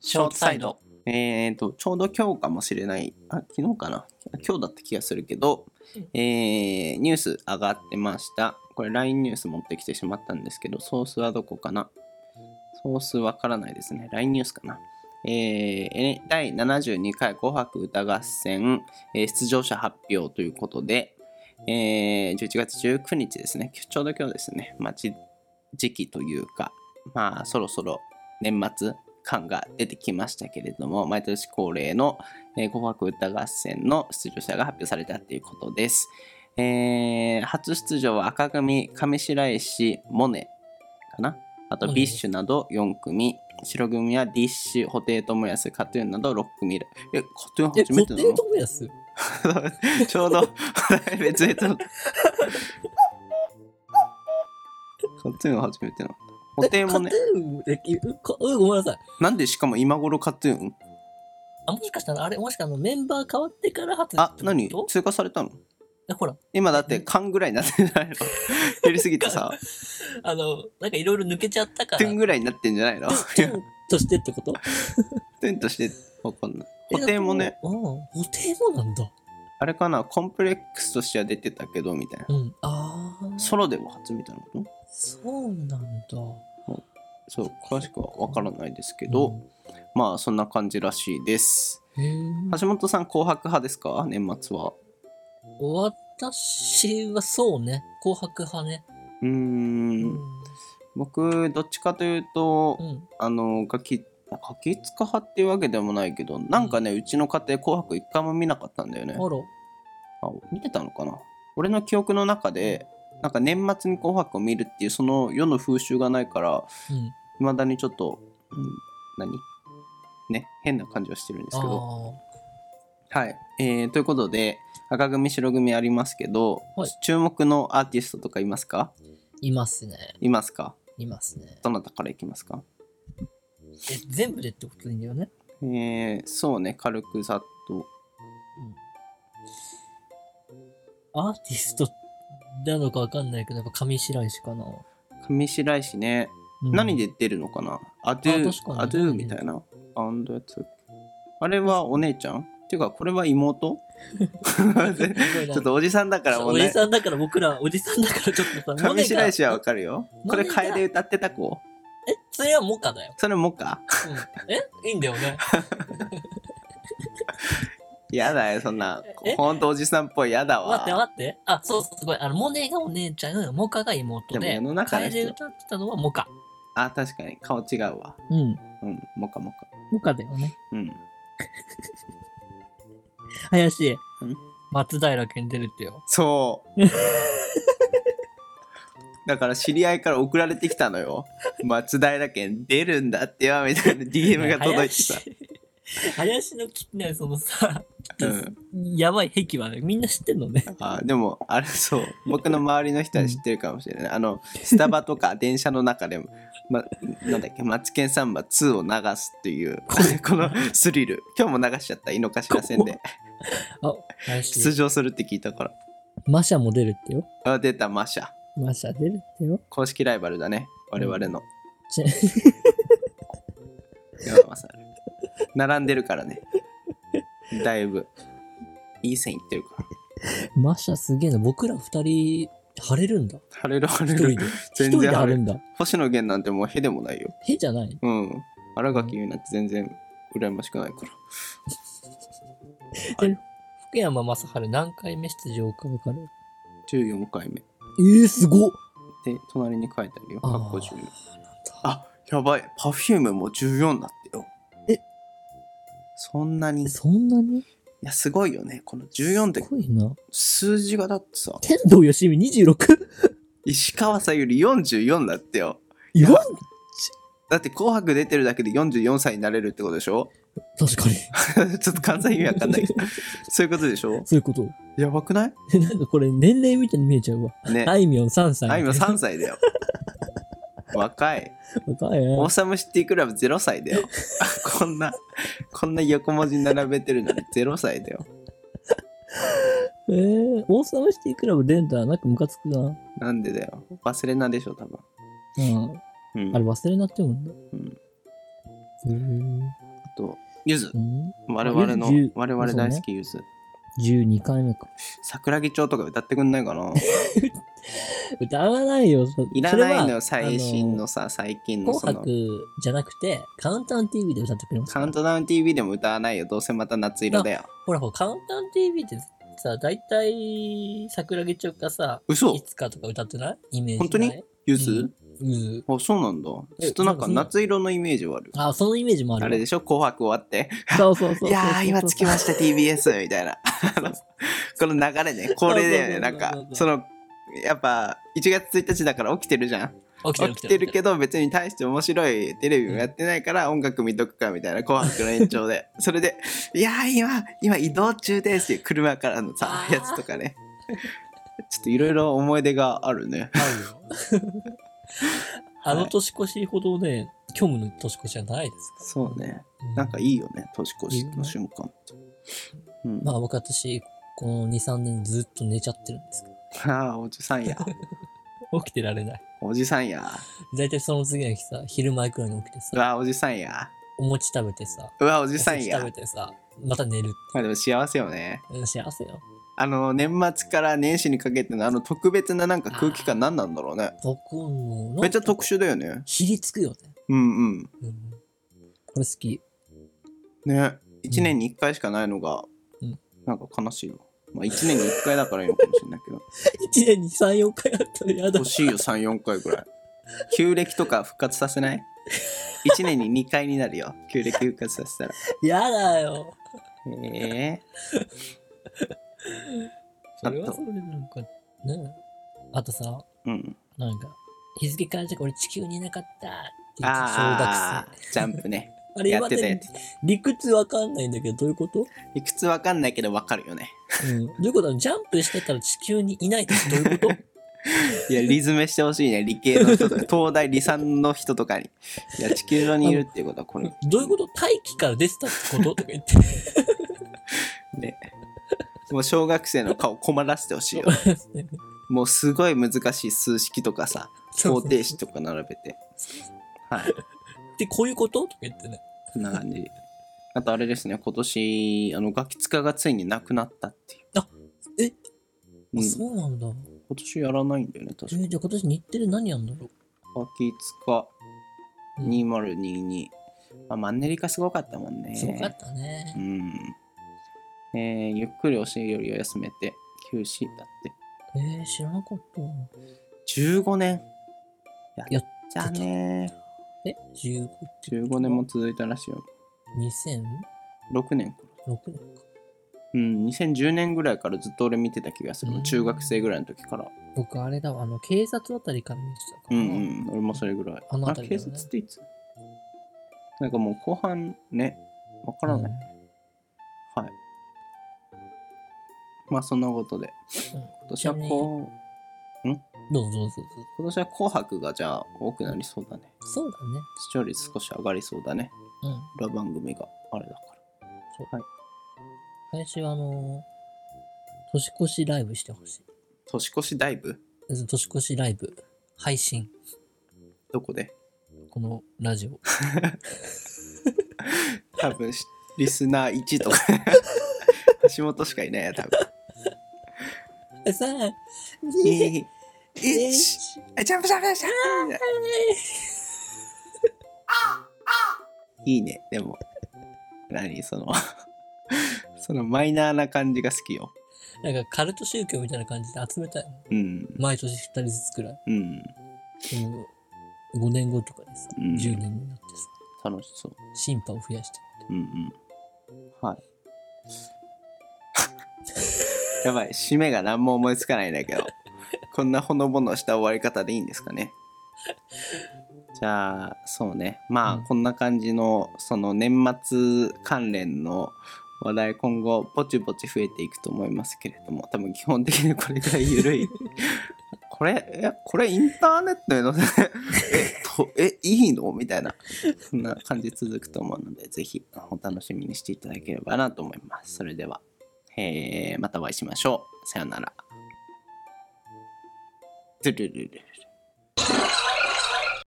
ショートサイド。えー、と、ちょうど今日かもしれない、あ、昨日かな今日だった気がするけど、えーニュース上がってました。これ LINE ニュース持ってきてしまったんですけど、ソースはどこかなソースわからないですね。LINE ニュースかなえーえー第72回紅白歌合戦、えー出場者発表ということで、えー11月19日ですね。ちょうど今日ですね。まあじ時期というか、まあそろそろ年末感が出てきましたけれども、毎年恒例の、えー紅白歌合戦の出場者が発表されたということです。えー初出場は赤組、上白石、モネかなあとモネビッシュなど4組、白組はディッシュ、布袋寅泰、カトゥーンなど6組。え、カトゥーンえ、初固めてな定の友康 ちょうど別々の。カトゥーン初めてなの。布袋もねカ、トゥーンえ、いこうんごめんなさい。なんでしかも今頃カトゥーンあ、もしかしたら、あれ、もしかしたらメンバー変わってから初あ、な何追加されたのほら、今だって缶ぐらいになって ないのやりすぎてさ、あの、なんかいろいろ抜けちゃったから。トゥン ぐらいになってんじゃないのいト ゥやンとしてってことトゥンとしてわかんない。 固定もね、。えだからうん。固定もなんだ。あれかな、コンプレックスとしては出てたけど、みたいなう。ん。ああ。ソロでは初みたいなことそうなんだ。そう、詳しくはわからないですけど、まあそんな感じらしいです。うん、へー橋本さん、紅白派ですか年末は。私はそうね。紅白派ね。うー、うん僕、どっちかというと、うん。あの、ガキ、ガキ使派っていうわけでもないけど、なんかね、うちの家庭、紅白一回も見なかったんだよね。あら。あ見てたのかな俺の記憶の中でなんか年末に「紅白」を見るっていうその世の風習がないからうん。いまだにちょっと、うん、何ね変な感じはしてるんですけどはい、えーということで赤組白組ありますけど、はい注目のアーティストとかいますかあーいますね。いますかいますね。どなたからいきますかえ、全部でってことでいいんだよね。えー、そうね軽くざっとアーティストなのかわかんないけど、やっぱ上白石かな。上白石ね、うん何で出るのかなアドゥあ確かにアドゥみたいなバンドやつあれはお姉ちゃんっていうかこれは 妹ちょっとおじさんだからもうおじねさんだから僕ら、おじさんだからちょっとさ、 上白石はわモネがかるよこモネがれ楓歌ってた子え、それはモカだよ。それもかうんえいいんだよ ね。やだよそんなえほんとおじさんっぽいやだ待ってわ待って。あ、そうそう、すごい。あの、モネがお姉ちゃん、モカが妹でで、も世の中の人楓歌ってたのはモカ。あ確かに顔違うわうん。うんもかもかモカだよね。うん林、松平健出るってよ。そう だから知り合いから送られてきたのよ松平県出るんだってよみたいな DM が届いてさ林 林のきね、そのさ、うんやばい壁はみんな知ってんのね。あでもあれそう僕の周りの人は知ってるかもしれない、あのスタバと か電車の中でも、ま、なんだっけ「マツケンサンバ2」を流すっていうこれこのスリル今日も流しちゃった井の頭線であ、出林、場するって聞いたかマシャも出るってよ。らあ出たマシャマシャ出るってよ。公式ライバルだね我々のち山田さん並んでるからねだいぶいい線いってるからマシャすげえな。僕ら二人、晴れるんだ。晴れる晴れ一人るで。一全人然で晴れ晴れるるんだ。星野源なんてもうへでもないよへじゃないうん。新垣結衣なんて全然羨ましくないから。福山雅治何回目出場かわかる14回目。えー、すごっで、隣に書いてあるよ。あーかっこ10。あ、やばい。パフュームも14だってよ。えそんなに。いそんなにや、すごいよね。この14ってすごいな。数字がだってさ、天童よしみ 26? 石川さゆり44だってよ。いや、だって紅白出てるだけで44歳になれるってことでしょ 確かに。ちょっと関西意味わかんないけど。そういうことでしょそういうこと。やばくないえなんかこれ年齢みたいに見えちゃうわ。ね。あいみょん3歳。あ、今3歳 だよ。若い。若いオねー。サムシティクラブ0歳だよ。 こんな、こんな横文字並べてるのに0歳だよ。えー、王様シティクラブ出んだ。なんかムカつくな。うん。なんでだよ。忘れなでしょ、多分。うあれん。忘れなってもんだ。うんうん。と、ゆずう。ん我々のあゆず、我々大好きゆず。 12回目か。桜木町とか歌ってくんないかな歌わないよ。そいらないのよ、それは最新のあさ、最近ののそ紅の。白じゃなくて、カウンター TV で歌ってくれますカウントダウン TV でも歌わないよ。どうせまた夏色だよ。ほらほら、カウンター TV ってさ、大体、桜木町かさ、嘘いつかとか歌ってないイメージ本当にないゆず、うんゆずあ、そうなんだ。ちょっえとなんかなんか夏色のイメージはある。あ、そのイメージもあある。れでしょ紅白終わって。そうそうそうそうそう。いやー、今着きました TBS みたいな。 あのこの流れね、これだよね。そなうそんうそうそうか、その、やっぱ1月1日だから起きてるじゃん。起きてる起きてるど。けど別に大して面白いテレビもやってないから音楽見とくかみたいな紅白の延長 でそれで「いやー今今移動中です」っていう車からのさあーやつとかねちょっといろいろ思い出があるねあるよあの年越しほどね、虚無の年越しはないですかそうねら、うなんかいいよね年越しの瞬間って、うん、まあ僕私、この2、3年ずっと寝ちゃってるんですけああおじさんやど、起きてられない。おじさん やだいたいその次の日さ、昼前くらいに起きてうさ、わおじさんやお餅食べてさ、うわおおじさん餅や食べてさ、また寝るまあでも幸せよねって。うん幸せよ。あの年末から年始にかけてのあの特別ななんか空気感何なんだろうね僕も、めっちゃ特。殊だよねひりつくよね。うんうんうんこれ好き。ね1年に1回しかないのが、うんなんか悲しいよまあ1年に1回だからいいのかもしれない けど1年に3、4回あったらやだ欲。しいよ34回ぐらい 旧暦とか復活させない1年に2回になるよ旧暦復活させたらやだよ。ええそれはそれでなんか、ね。あとさ、うんなんか、日付変えたから俺地球にいなかったって言って小あ学あジャンプね生。あれや今ってたやでつ理屈わかんないんだけど、どういうこといくつわかんないけどわかるよねうん。どういうことジャンプしてたら地球にいないってどういうこといやリズメしてほしいね理系の人 とか東大理産の人とかにいや地球上にいるっていうことはこれどういうこと大気から出てたってこととか 言って。ねもう小学生の顔困らせてほしいよもうすごい難しい数式とかさ方程式とか並べてはいで、こういうこととか言ってね。こんな感じ あとあれですね今年あのガキ使がついになくなったっていうあえうん、あ今そうなんだ。年やらないんだよねえ確かーじゃあ今年日テレ何やんだろガキ使う、うん2022、まあ、マンネリ化すごかったもんねすごかったねう。んえーゆっくり教えるよりを休めて休止だってえー、知らなかった。 15年ややっっちゃねえ、15 15年も続いたらしいよ2006 6年か年か。うん、2010年ぐらいからずっと俺見てた気がする、うん中学生ぐらいの時から僕あれだわ、あの、警察あたりから見てたかうら。んうん俺もそれぐらいあの辺りだ警よね察っていつなんかもう後半ねわからない、はいまあそんなことでうん今年はちなみにこうどうぞどうぞどうぞ。今年は「紅白」がじゃあ多くなりそうだねそうだね。視聴率少し上がりそうだねうん。裏番組があれだから来週はあのー年越しライブしてほしい。年越しダイブうん年越しライブ、配信、どこでこの ラジオ。多分しリスナー1とか橋本しかいないや多分さあ、 2 1ジ一ャンプジャンプジャンプいいね、でも。何その、 そのマイナーな感じが好きよ。なんかカルト宗教みたいな感じで集めたい。うん、毎年2人ずつくらい。うん、その5年後とかにさ、うん10人になってさ、楽しそう。審判を増やして。うんうん。はい。 やばい、締めが何も思いつかないんだけど、こんなほのぼのした終わり方でいいんですかね。じゃあ、そうね。まあ、うんこんな感じの、その年末関連の話題、今後、ぼちぼち増えていくと思いますけれども、多分基本的にこれぐらい緩い。 これ、え、これインターネットへの、 え、と、え、いいのみたいな。そんな感じ続くと思うので、ぜひお楽しみにしていただければなと思います。それでは、えーまたお会いしましょう。さよなら。トゥルルル。